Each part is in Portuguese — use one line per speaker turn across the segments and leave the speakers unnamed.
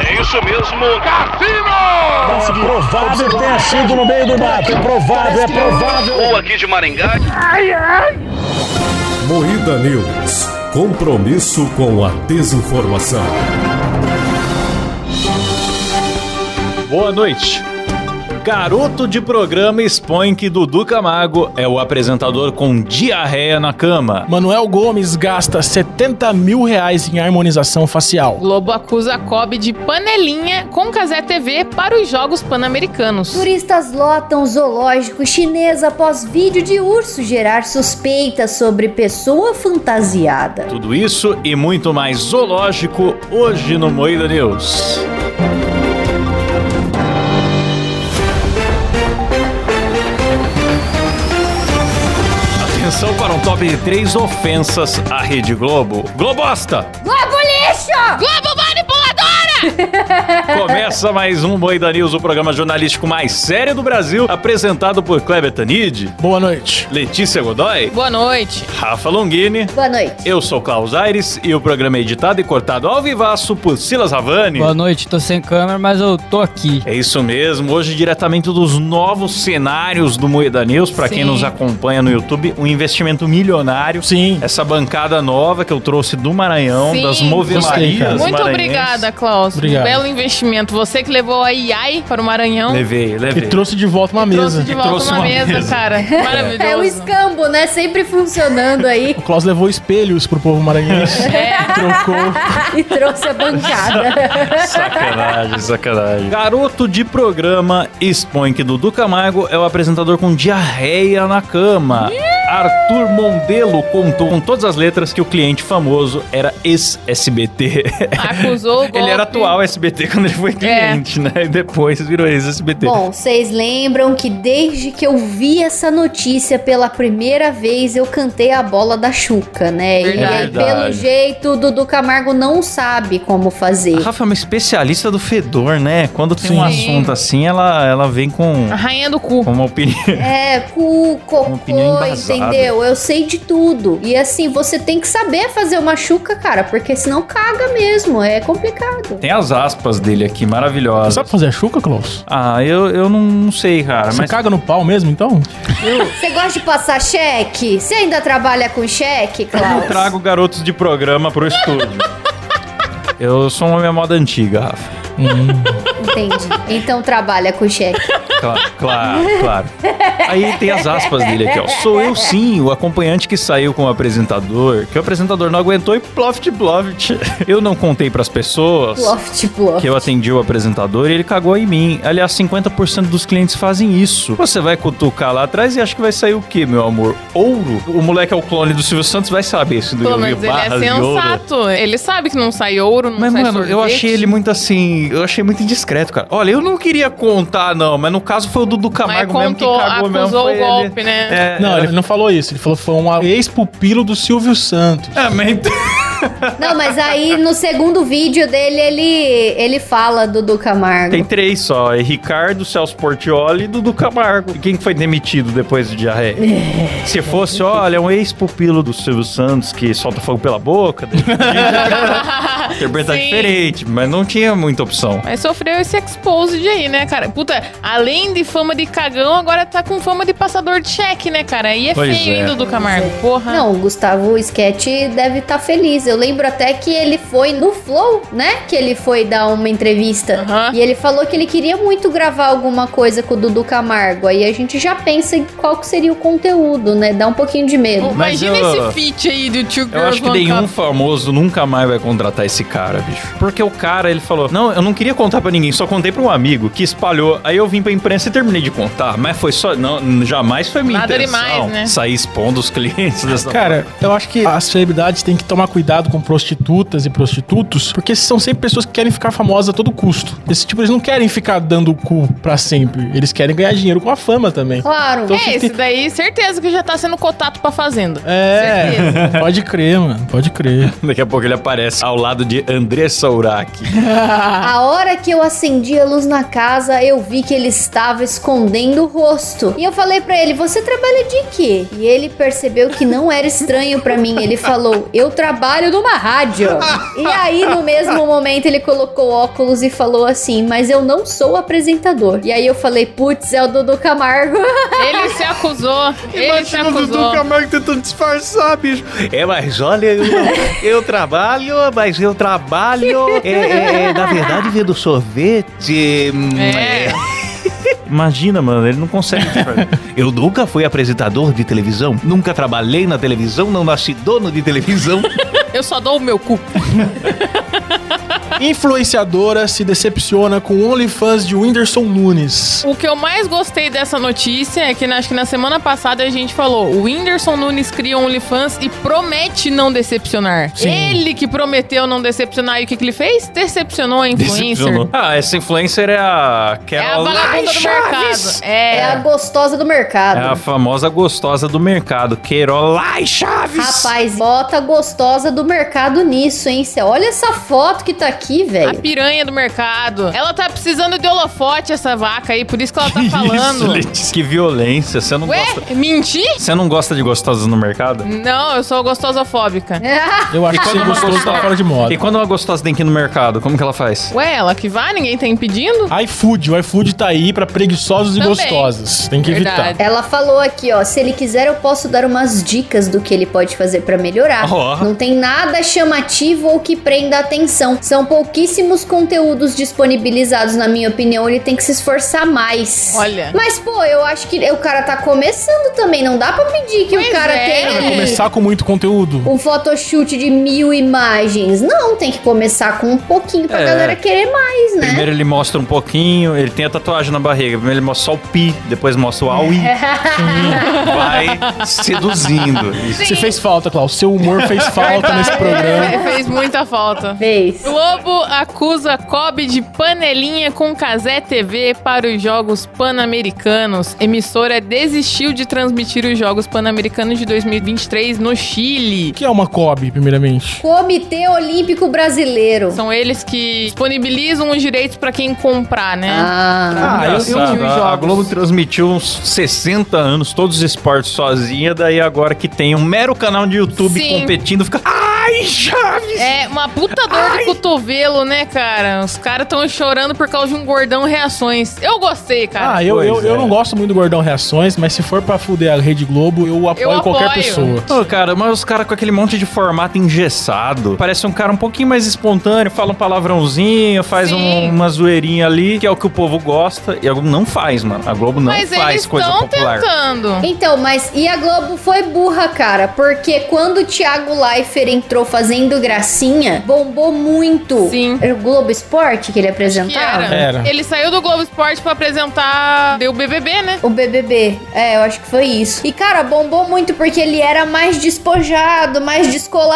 É isso mesmo, Cassino!
Mas provável tenha sido no meio do mato. É provável, é provável.
Ou aqui de Maringá.
Moída News. Compromisso com a desinformação.
Boa noite. Garoto de programa expõe que Dudu Camargo é o apresentador com diarreia na cama.
Manuel Gomes gasta 70 mil reais em harmonização facial.
Globo acusa a COB de panelinha com Casé TV para os Jogos Pan-Americanos.
Turistas lotam zoológico chinês após vídeo de urso gerar suspeitas sobre pessoa fantasiada.
Tudo isso e muito mais zoológico hoje no Moída News. Atenção para um top de três ofensas à Rede Globo. Globosta!
Globo lixo!
Globo manipuladora!
Começa mais um Moída News, o programa jornalístico mais sério do Brasil, apresentado por Kleber Tanid,
Boa noite.
Letícia Godoy,
Boa noite.
Rafa Longini.
Boa noite.
Eu sou Klaus Aires e o programa é editado e cortado ao vivaço por Silas Havani.
Boa noite, tô sem câmera, mas eu tô aqui.
É isso mesmo, hoje diretamente dos novos cenários do Moeda News, pra quem
Sim.
nos acompanha no YouTube, um investimento milionário.
Sim.
Essa bancada nova que eu trouxe do Maranhão,
Sim,
das
gostei,
movimarias
cara.
Muito
maranhenses.
obrigada, Klaus.
Obrigado.
Belo investimento. Você que levou a IAI para o Maranhão.
Levei,
E
levei.
trouxe de volta uma
Trouxe
mesa.
de volta
trouxe
uma,
uma
mesa,
mesa.
cara. Maravilhoso.
É o escambo, né? Sempre funcionando aí.
O Klaus levou espelhos pro povo maranhense. Trocou.
e trouxe a bancada.
Sacanagem, sacanagem. Garoto de programa expõe que Dudu Camargo é o apresentador com diarreia na cama. Arthur Mondelo contou com todas as letras que o cliente famoso era ex-SBT.
Acusou o golpe.
Ele era atual SBT quando ele foi cliente, né? E depois virou ex-SBT.
Bom, vocês lembram que desde que eu vi essa notícia pela primeira vez, eu cantei a bola da Chuca, né?
Verdade.
E aí, pelo jeito, o Dudu Camargo não sabe como fazer.
A Rafa é uma especialista do fedor, né? Quando tem um
Sim.
assunto assim, ela, ela vem com,
A rainha do cu.
com uma opinião.
É, cu,
Uma
cocô,
opinião embasada.
entendeu? Eu sei de tudo. E assim, você tem que saber fazer uma chuca, cara, porque senão caga mesmo. É complicado.
Tem as aspas dele aqui,
Você
maravilhosas.
sabe fazer a chuca, Klaus?
Ah, eu, eu não, não sei, cara.
Você
mas
caga no pau mesmo, então?
Você gosta de passar cheque? Você ainda trabalha com cheque, Klaus?
Eu trago garotos de programa pro estúdio. Eu sou um homem à moda antiga, Rafa.
Entendi. Então trabalha com cheque.
Claro, claro, claro. Aí tem as aspas dele aqui, ó. Sou eu sim, o acompanhante que saiu com o apresentador, que o apresentador não aguentou e ploft, ploft. Eu não contei pras pessoas.
Loft, plof.
Que eu atendi o apresentador e ele cagou em mim. Aliás, 50% dos clientes fazem isso. Você vai cutucar lá atrás e acha que vai sair o quê, meu amor? Ouro? O moleque é o clone do Silvio Santos, vai saber isso do
Pelo
Yuri
menos ele é
Barras de ouro.
sensato. Ele sabe que não sai ouro, não
Mas,
sai
mano, eu
sorvete.
achei ele muito assim. Eu achei muito indiscreto, cara. Olha, eu não queria contar, não, mas no caso foi o Dudu
Mas
Camargo mesmo que
contou,
cagou mesmo.
acusou
foi
o
ele.
golpe, né?
É,
Não,
era-
ele não falou isso. Ele falou que foi um ex-pupilo do Silvio Santos.
É, mas então-
Não, mas aí no segundo vídeo dele, ele, ele fala do Dudu Camargo.
tem três só: é Ricardo, Celso Portioli e Dudu Camargo. E quem que foi demitido depois do diarreia?
É.
Se fosse, olha, um ex-pupilo do Silvio Santos que solta fogo pela boca, daí podia interpretar
Sim.
diferente, mas não tinha muita opção.
Mas sofreu esse exposed aí, né, cara? Puta, além de fama de cagão, agora tá com fama de passador de cheque, né, cara? E é
Pois
feio,
é.
hein, Dudu Camargo? Porra.
Não, o Gustavo Sketch deve estar feliz. Eu lembro até que ele foi no Flow, né? Que ele foi dar uma entrevista.
Aham.
E ele falou que ele queria muito gravar alguma coisa com o Dudu Camargo. Aí a gente já pensa em qual que seria o conteúdo, né? Dá um pouquinho de medo.
Mas
Imagina
eu-
esse feat aí do Two Girls
Eu acho que
One
nenhum
Cup.
famoso nunca mais vai contratar esse cara, bicho. Porque o cara, ele falou: Não, eu não queria contar pra ninguém, só contei pra um amigo que espalhou. Aí eu vim pra imprensa e terminei de contar. Mas foi só. Não, jamais foi minha
Nada
intenção
demais, né?
sair expondo os clientes dessa.
Cara, eu acho que as celebridades têm que tomar cuidado com prostitutas e prostitutos, porque são sempre pessoas que querem ficar famosas a todo custo. Esse tipo, eles não querem ficar dando o cu pra sempre. Eles querem ganhar dinheiro com a fama também.
Claro.
Então-
É, esse daí, certeza que já tá sendo cotado pra fazenda.
É, pode crer, mano, pode crer.
Daqui a pouco ele aparece ao lado de Andressa Urach. Ah.
A hora que eu acendi a luz na casa, eu vi que ele estava escondendo o rosto. E eu falei pra ele: "Você trabalha de quê?" E ele percebeu que não era estranho pra mim. Ele falou: "Eu trabalho de uma rádio. E aí, no mesmo momento, ele colocou óculos e falou assim: Mas eu não sou apresentador. E aí eu falei: Putz, é o Dudu Camargo.
Ele se acusou. ele se
Imagina o Dudu
acusou.
Camargo tentando disfarçar, bicho. É, mas olha, eu, eu trabalho, mas eu trabalho. É, é, é, na verdade, vendo sorvete. hum,
É.
Imagina, mano, ele não consegue. Eu nunca fui apresentador de televisão, nunca trabalhei na televisão, não nasci dono de televisão.
Eu só dou o meu cu.
Influenciadora se decepciona com OnlyFans de Whindersson Nunes.
O que eu mais gostei dessa notícia é que na- acho que na semana passada a gente falou: o Whindersson Nunes cria OnlyFans e promete não decepcionar. Ele que prometeu não decepcionar e o que, que ele fez? Decepcionou a influencer.
Ah, essa influencer é a.
É a vagabunda do mercado. É.
É a gostosa do
É a
mercado.
famosa gostosa do mercado, Queirola e Chaves.
Rapaz, bota a gostosa do mercado nisso, hein? Cê olha essa foto que tá aqui,
A
velho.
piranha do mercado. Ela tá precisando de holofote, essa vaca aí, por isso que ela tá
Que Isso,
falando.
Letícia, que violência. Você não
Ué,
gosta.
mentir?
Você não gosta de gostosas no mercado?
Não, eu sou gostosofóbica.
Eu acho que
quando
ser
uma
gostoso
pessoa-
tá fora de moda.
E quando uma gostosa tem que ir no mercado, como que ela faz?
Ué, ela que vai, ninguém tá impedindo?
iFood, o iFood tá aí pra preguiçosos
Também.
e gostosos. Tem que
Verdade.
evitar.
Ela falou aqui, ó, se ele quiser eu posso dar umas dicas do que ele pode fazer pra melhorar.
Ó.
Não tem nada chamativo ou que prenda a atenção. São pouquíssimos conteúdos disponibilizados, na minha opinião, ele tem que se esforçar mais.
Olha.
Mas pô, eu acho que o cara tá começando também, não dá pra pedir que
Pois
o cara
é.
tenha
Tá
Vai
Começar com muito conteúdo.
um photoshoot de mil imagens. Não, tem que começar com um pouquinho pra
É.
galera querer mais,
É?
né?
Primeiro ele mostra um pouquinho, ele tem a tatuagem na barriga. Primeiro ele mostra só o pi, depois mostra o aui.
É.
Vai seduzindo. Isso.
Você fez falta, Cláudio. Seu humor fez falta nesse programa.
Fez muita falta.
Vez.
Globo acusa Kobe de panelinha com Kazé TV para os Jogos Pan-Americanos. Emissora desistiu de transmitir os Jogos Pan-Americanos de 2023 no Chile.
O que é uma Kobe, primeiramente?
Comitê Olímpico Brasileiro.
São eles que disponibilizam os direitos para quem comprar, né?
Ah.
Ah, eu, eu
Engraçado, a-
a,
a
Globo
Globo
transmitiu uns 60 anos todos os esportes sozinha, daí agora que tem um mero canal de YouTube
Sim.
competindo, fica. Ai, Chaves!
É uma puta dor de cotovelo, né, cara? Os caras estão chorando por causa de um gordão reações. Eu gostei, cara.
Ah, eu,
pois
eu, eu
é.
não gosto muito do Gordão Reações, mas se for pra fuder a Rede Globo, eu apoio
Eu
qualquer
apoio.
pessoa.
Ô, cara, mas os caras com aquele monte de formato engessado. Parece um cara um pouquinho mais espontâneo, fala um palavrãozinho, faz
Sim.
um- uma zoeirinha ali, que é o que o povo gosta. E a Globo não faz, mano. A Globo não
Mas
faz
eles
coisa
estão
popular.
tentando.
Então, mas e a Globo foi burra, cara? Porque quando o Thiago Leifert entrou fazendo gracinha, bombou muito.
Sim.
Era o Globo Esporte que ele
Que
apresentava?
era.
Era.
Ele saiu do Globo Esporte pra apresentar deu o BBB, né?
O BBB, é, eu acho que foi isso. E cara, bombou muito porque ele era mais despojado, mais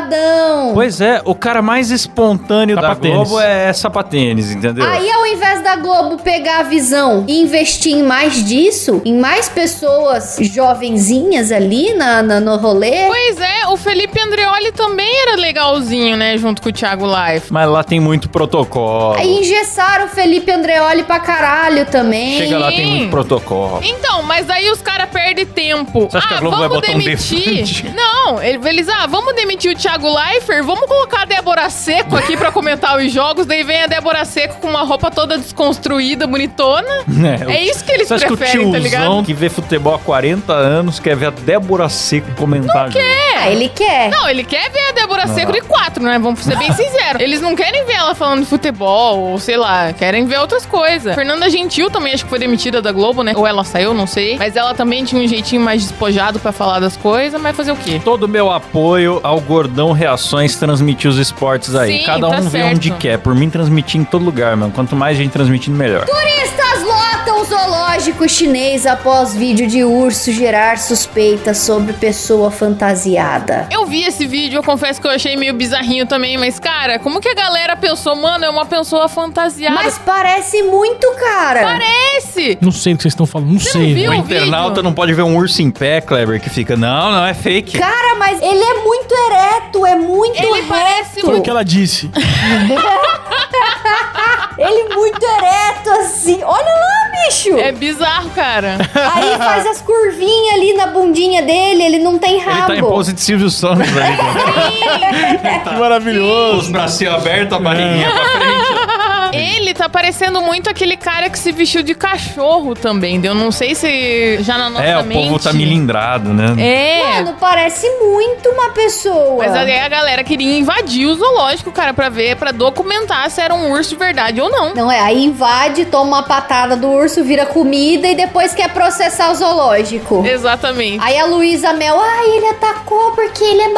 descoladão.
Pois é, o cara mais espontâneo da
Sapatênis.
Globo é sapatênis, entendeu?
Aí, ao invés da Globo pegar a visão e investir em mais disso, em mais pessoas jovenzinhas ali na, na- no rolê,
Pois é, o Felipe Andreoli também era legalzinho, né? Junto com o Thiago Life.
Mas lá tem muito
é.
protocolo.
aí engessaram o Felipe Andreoli pra caralho também.
Chega lá, tem
Sim.
muito protocolo.
Então, mas aí os caras perdem tempo. Ah,
Você acha que a Globo vai botar um defante?
Não, ele- eles, ah, vamos demitir o Thiago Leifert, vamos colocar a Débora Seco aqui pra comentar os jogos, daí vem a Débora Seco com uma roupa toda desconstruída, bonitona. É isso que eles
Né? Você acha que o
preferem, tá
tiozão
ligado?
que vê futebol há 40 anos quer ver a Débora Seco comentar? Não quer!
Ah, ele quer.
Não, ele quer ver a Débora Seco de quatro, né? Vamos ser bem sinceros. Eles não querem ver ela falando de futebol, ou sei lá, querem ver outras coisas. Fernanda Gentil também acho que foi demitida da Globo, né? Ou ela saiu, não sei. Mas ela também tinha um jeitinho mais despojado pra falar das coisas, mas fazer o quê?
Todo o meu apoio ao Gordão Reações transmitir os esportes aí.
Sim,
Cada um
tá
vê
certo.
onde quer. Por mim, transmitir em todo lugar, mano. Quanto mais gente transmitindo, melhor.
Turistas lotam zoológico chinês após vídeo de urso gerar suspeitas sobre pessoa fantasiada.
Eu vi esse vídeo, eu confesso que eu achei meio bizarrinho também, mas cara, como que a galera pensou, mano, é uma pessoa fantasiada? É
Mas parece muito, cara.
esse!
Não sei o que vocês estão falando, não sei.
viu?
velho.
O
um
internauta
vídeo.
não pode ver um urso em pé, Kleber, que fica, não, não, é fake.
Cara, mas ele é muito ereto, é muito
Ele
reto.
parece
é
Foi o que ela disse.
é Ele muito ereto, assim. Olha lá, bicho. olho.
É bizarro, cara.
Aí faz as curvinhas ali na bundinha dele, ele não tem rabo.
Ele tá em pose de Silvio Santos ali. Tá.
Que maravilhoso.
Os bracinhos abertos, a barriguinha pra frente.
Ele tá parecendo muito aquele cara que se vestiu de cachorro também. Eu não sei se já na nossa
É, o
mente...
povo tá milindrado, né?
É.
Mano, parece muito uma pessoa.
Mas aí a galera queria invadir o zoológico, cara, pra ver, pra documentar se era um urso de verdade ou não.
Não é, aí invade, toma uma patada do urso, vira comida e depois quer processar o zoológico.
Exatamente.
Aí a Luísa Mel, ai, ele atacou porque ele é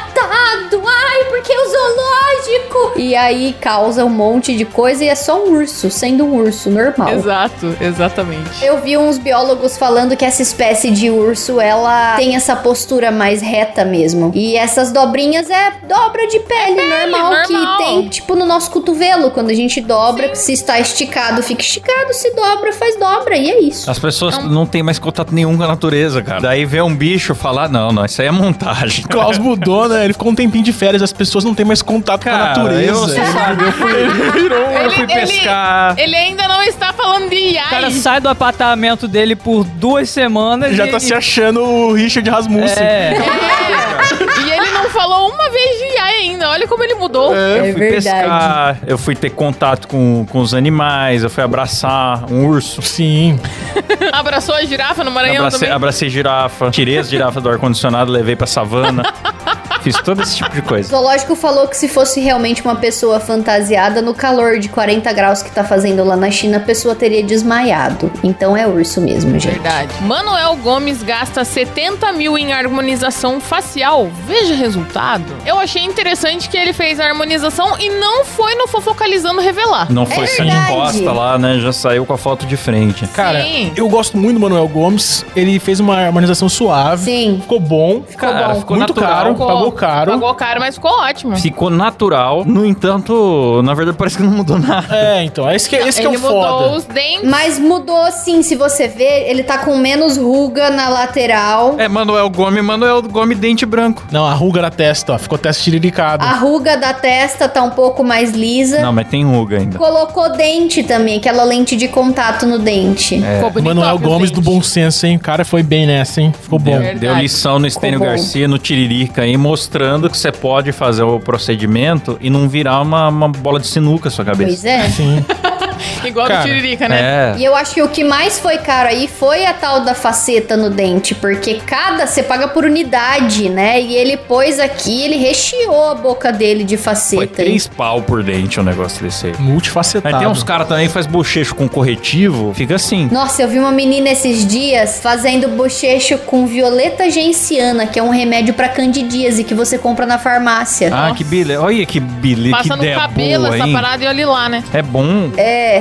maltratado, ai, porque é o zoológico. E aí causa um monte de coisa e é só um urso, sendo um urso normal.
Exato, exatamente.
Eu vi uns biólogos falando que essa espécie de urso, ela tem essa postura mais reta mesmo. E essas dobrinhas é dobra de pele, normal,
normal.
que tem tipo no nosso cotovelo, quando a gente dobra, se está esticado, fica esticado, se dobra, faz dobra e é isso.
As pessoas não têm mais contato nenhum com a natureza, cara. Daí vê um bicho falar, não, não, isso aí é montagem.
O Klaus mudou, né? Ele ficou um tempinho de férias, as pessoas não têm mais contato
Cara,
com a
eu,
natureza.
sei, sabe, eu fui, eu fui
Ele-
pescar.
Ah. Ele ainda não está falando de
O cara
iais.
sai do apartamento dele por duas semanas
Ele já
e-
tá se achando o Richard Rasmussen.
É.
E ele não falou uma vez de iai ainda. Olha como ele mudou.
Eu
É
fui pescar, eu fui ter contato com, com os animais, eu fui abraçar um urso.
Sim.
Abraçou a girafa no Maranhão
Abracei,
também.
abracei girafa, tirei as girafas do ar-condicionado, levei pra savana. Fiz todo esse tipo de
O
coisa.
zoológico falou que se fosse realmente uma pessoa fantasiada, no calor de 40 graus que tá fazendo lá na China, a pessoa teria desmaiado. Então é urso mesmo, gente.
Verdade. Manuel Gomes gasta 70 mil em harmonização facial. Veja resultado. Eu achei interessante que ele fez a harmonização e não foi no Fofocalizando revelar.
Não foi sem
verdade.
encosta lá, né? Já saiu com a foto de frente.
Cara,
Sim.
eu gosto muito do Manuel Gomes. Ele fez uma harmonização suave.
Sim.
Ficou bom.
Cara, ficou
muito
natural.
caro. Pagou caro.
Pagou caro, mas ficou ótimo.
Ficou natural. No entanto, na verdade, parece que não mudou nada.
É, então. Esse que, esse que é
ele
o
mudou
foda.
os dentes.
Mas mudou sim, se você ver, ele tá com menos ruga na lateral.
É Manuel Gomes, Manuel Gomes dente branco.
Não, a ruga na testa, ó. Ficou testa tiriricada.
Ah,
A ruga da testa tá um pouco mais lisa.
Não, mas tem ruga ainda.
Colocou dente também, aquela lente de contato no dente.
É,
Ficou bonito,
É. Manuel
ó,
Gomes
viu,
do bom senso, hein? O cara foi bem nessa, hein? Ficou bom.
Deu, deu lição no Estênio
bom.
Garcia, no Tiririca, aí, mostrando que você pode fazer o procedimento e não virar uma, uma bola de sinuca a sua cabeça. É,
Pois é.
Sim.
gente? Igual
Cara, é,
do Tiririca, né?
E eu acho que o que mais foi caro aí foi a tal da faceta no dente, porque cada você paga por unidade, né? E ele pôs aqui, ele recheou a boca dele de
Foi
faceta.
três pau por dente o negócio desse aí. Aí
Multifacetado.
tem uns caras também que faz bochecho com corretivo, fica assim.
Nossa, eu vi uma menina esses dias fazendo bochecho com violeta genciana, que é um remédio pra candidíase que você compra na farmácia.
Ah, que bilhete. Olha que bilhete.
Passa
que
no
ideia
cabelo
boa,
essa
hein?
parada e olha lá, né?
É bom.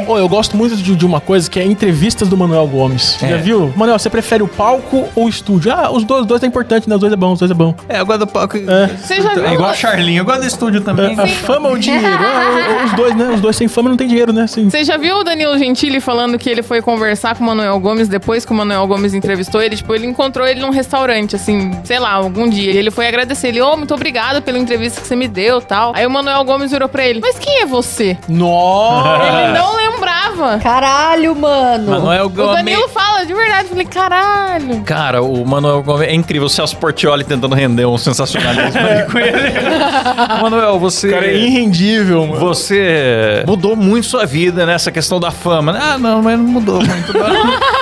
Ô, eu gosto muito de, de uma coisa que é entrevistas do Manuel Gomes.
É.
Já viu? Manuel, você prefere o palco ou o estúdio? Ah, os dois, os dois é importante, né? Os dois é bom, os dois é bom.
É, eu gosto do palco.
Você
Então,
já
É
viu?
Charlinho, eu gosto do estúdio
É, a fama ou o dinheiro? Ah, o- os dois, né? Os dois sem fama não tem dinheiro, né? Sim.
Você já viu o Danilo Gentili falando que ele foi conversar com o Manuel Gomes depois que o Manuel Gomes entrevistou ele? Tipo, ele encontrou ele num restaurante, assim, sei lá, algum dia. E ele foi agradecer. Ele, ô, muito obrigado pela entrevista que você me deu tal. Aí o Manuel Gomes virou pra ele, mas quem é você? Ele
Nossa!
não lembrava.
Caralho, mano.
Manuel
O
Gomes.
Danilo fala de verdade. Eu falei, caralho.
Cara, o Manuel Gomes é incrível. O Celso Portioli tentando render um sensacionalismo ali com ele. Manuel, você.
O cara é irrendível, mano.
Você mudou muito sua vida nessa questão da fama. né? Ah, não, mas não mudou muito. não.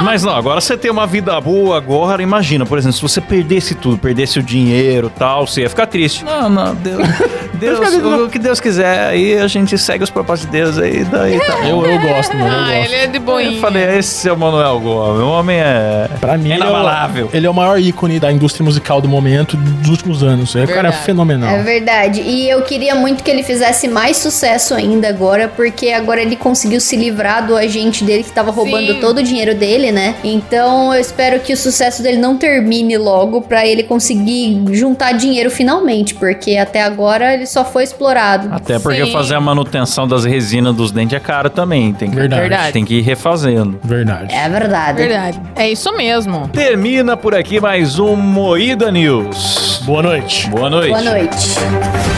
mas não, agora você tem uma vida boa agora. Imagina, por exemplo, se você perdesse tudo, perdesse o dinheiro e tal, você ia ficar triste. Não, não, Deus. Deus o, que Deus quiser, aí a gente segue os propósitos de Deus aí, daí tá
Eu,
bom.
eu gosto, mano. Eu
Ah,
gosto.
ele é de
Eu
boinha.
falei, esse é o Manuel Gomes. O homem é.
Pra mim,
é
ele o-
inabalável.
ele é o maior ícone da indústria musical do momento dos últimos anos. É, O cara é
Verdade.
fenomenal.
É verdade. E eu queria muito que ele fizesse mais sucesso ainda agora, porque agora ele conseguiu se livrar do agente dele que tava roubando
Sim.
todo o dinheiro dele, né? Então eu espero que o sucesso dele não termine logo pra ele conseguir juntar dinheiro finalmente, porque até agora ele só foi explorado.
Até porque
Sim.
fazer a manutenção das resinas dos dentes é caro também. Tem que,
Verdade.
Verdade.
Tem que ir refazendo.
Verdade.
É verdade.
Verdade. É isso mesmo.
Termina por aqui mais um Moída News.
Boa noite.
Boa noite.
Boa noite.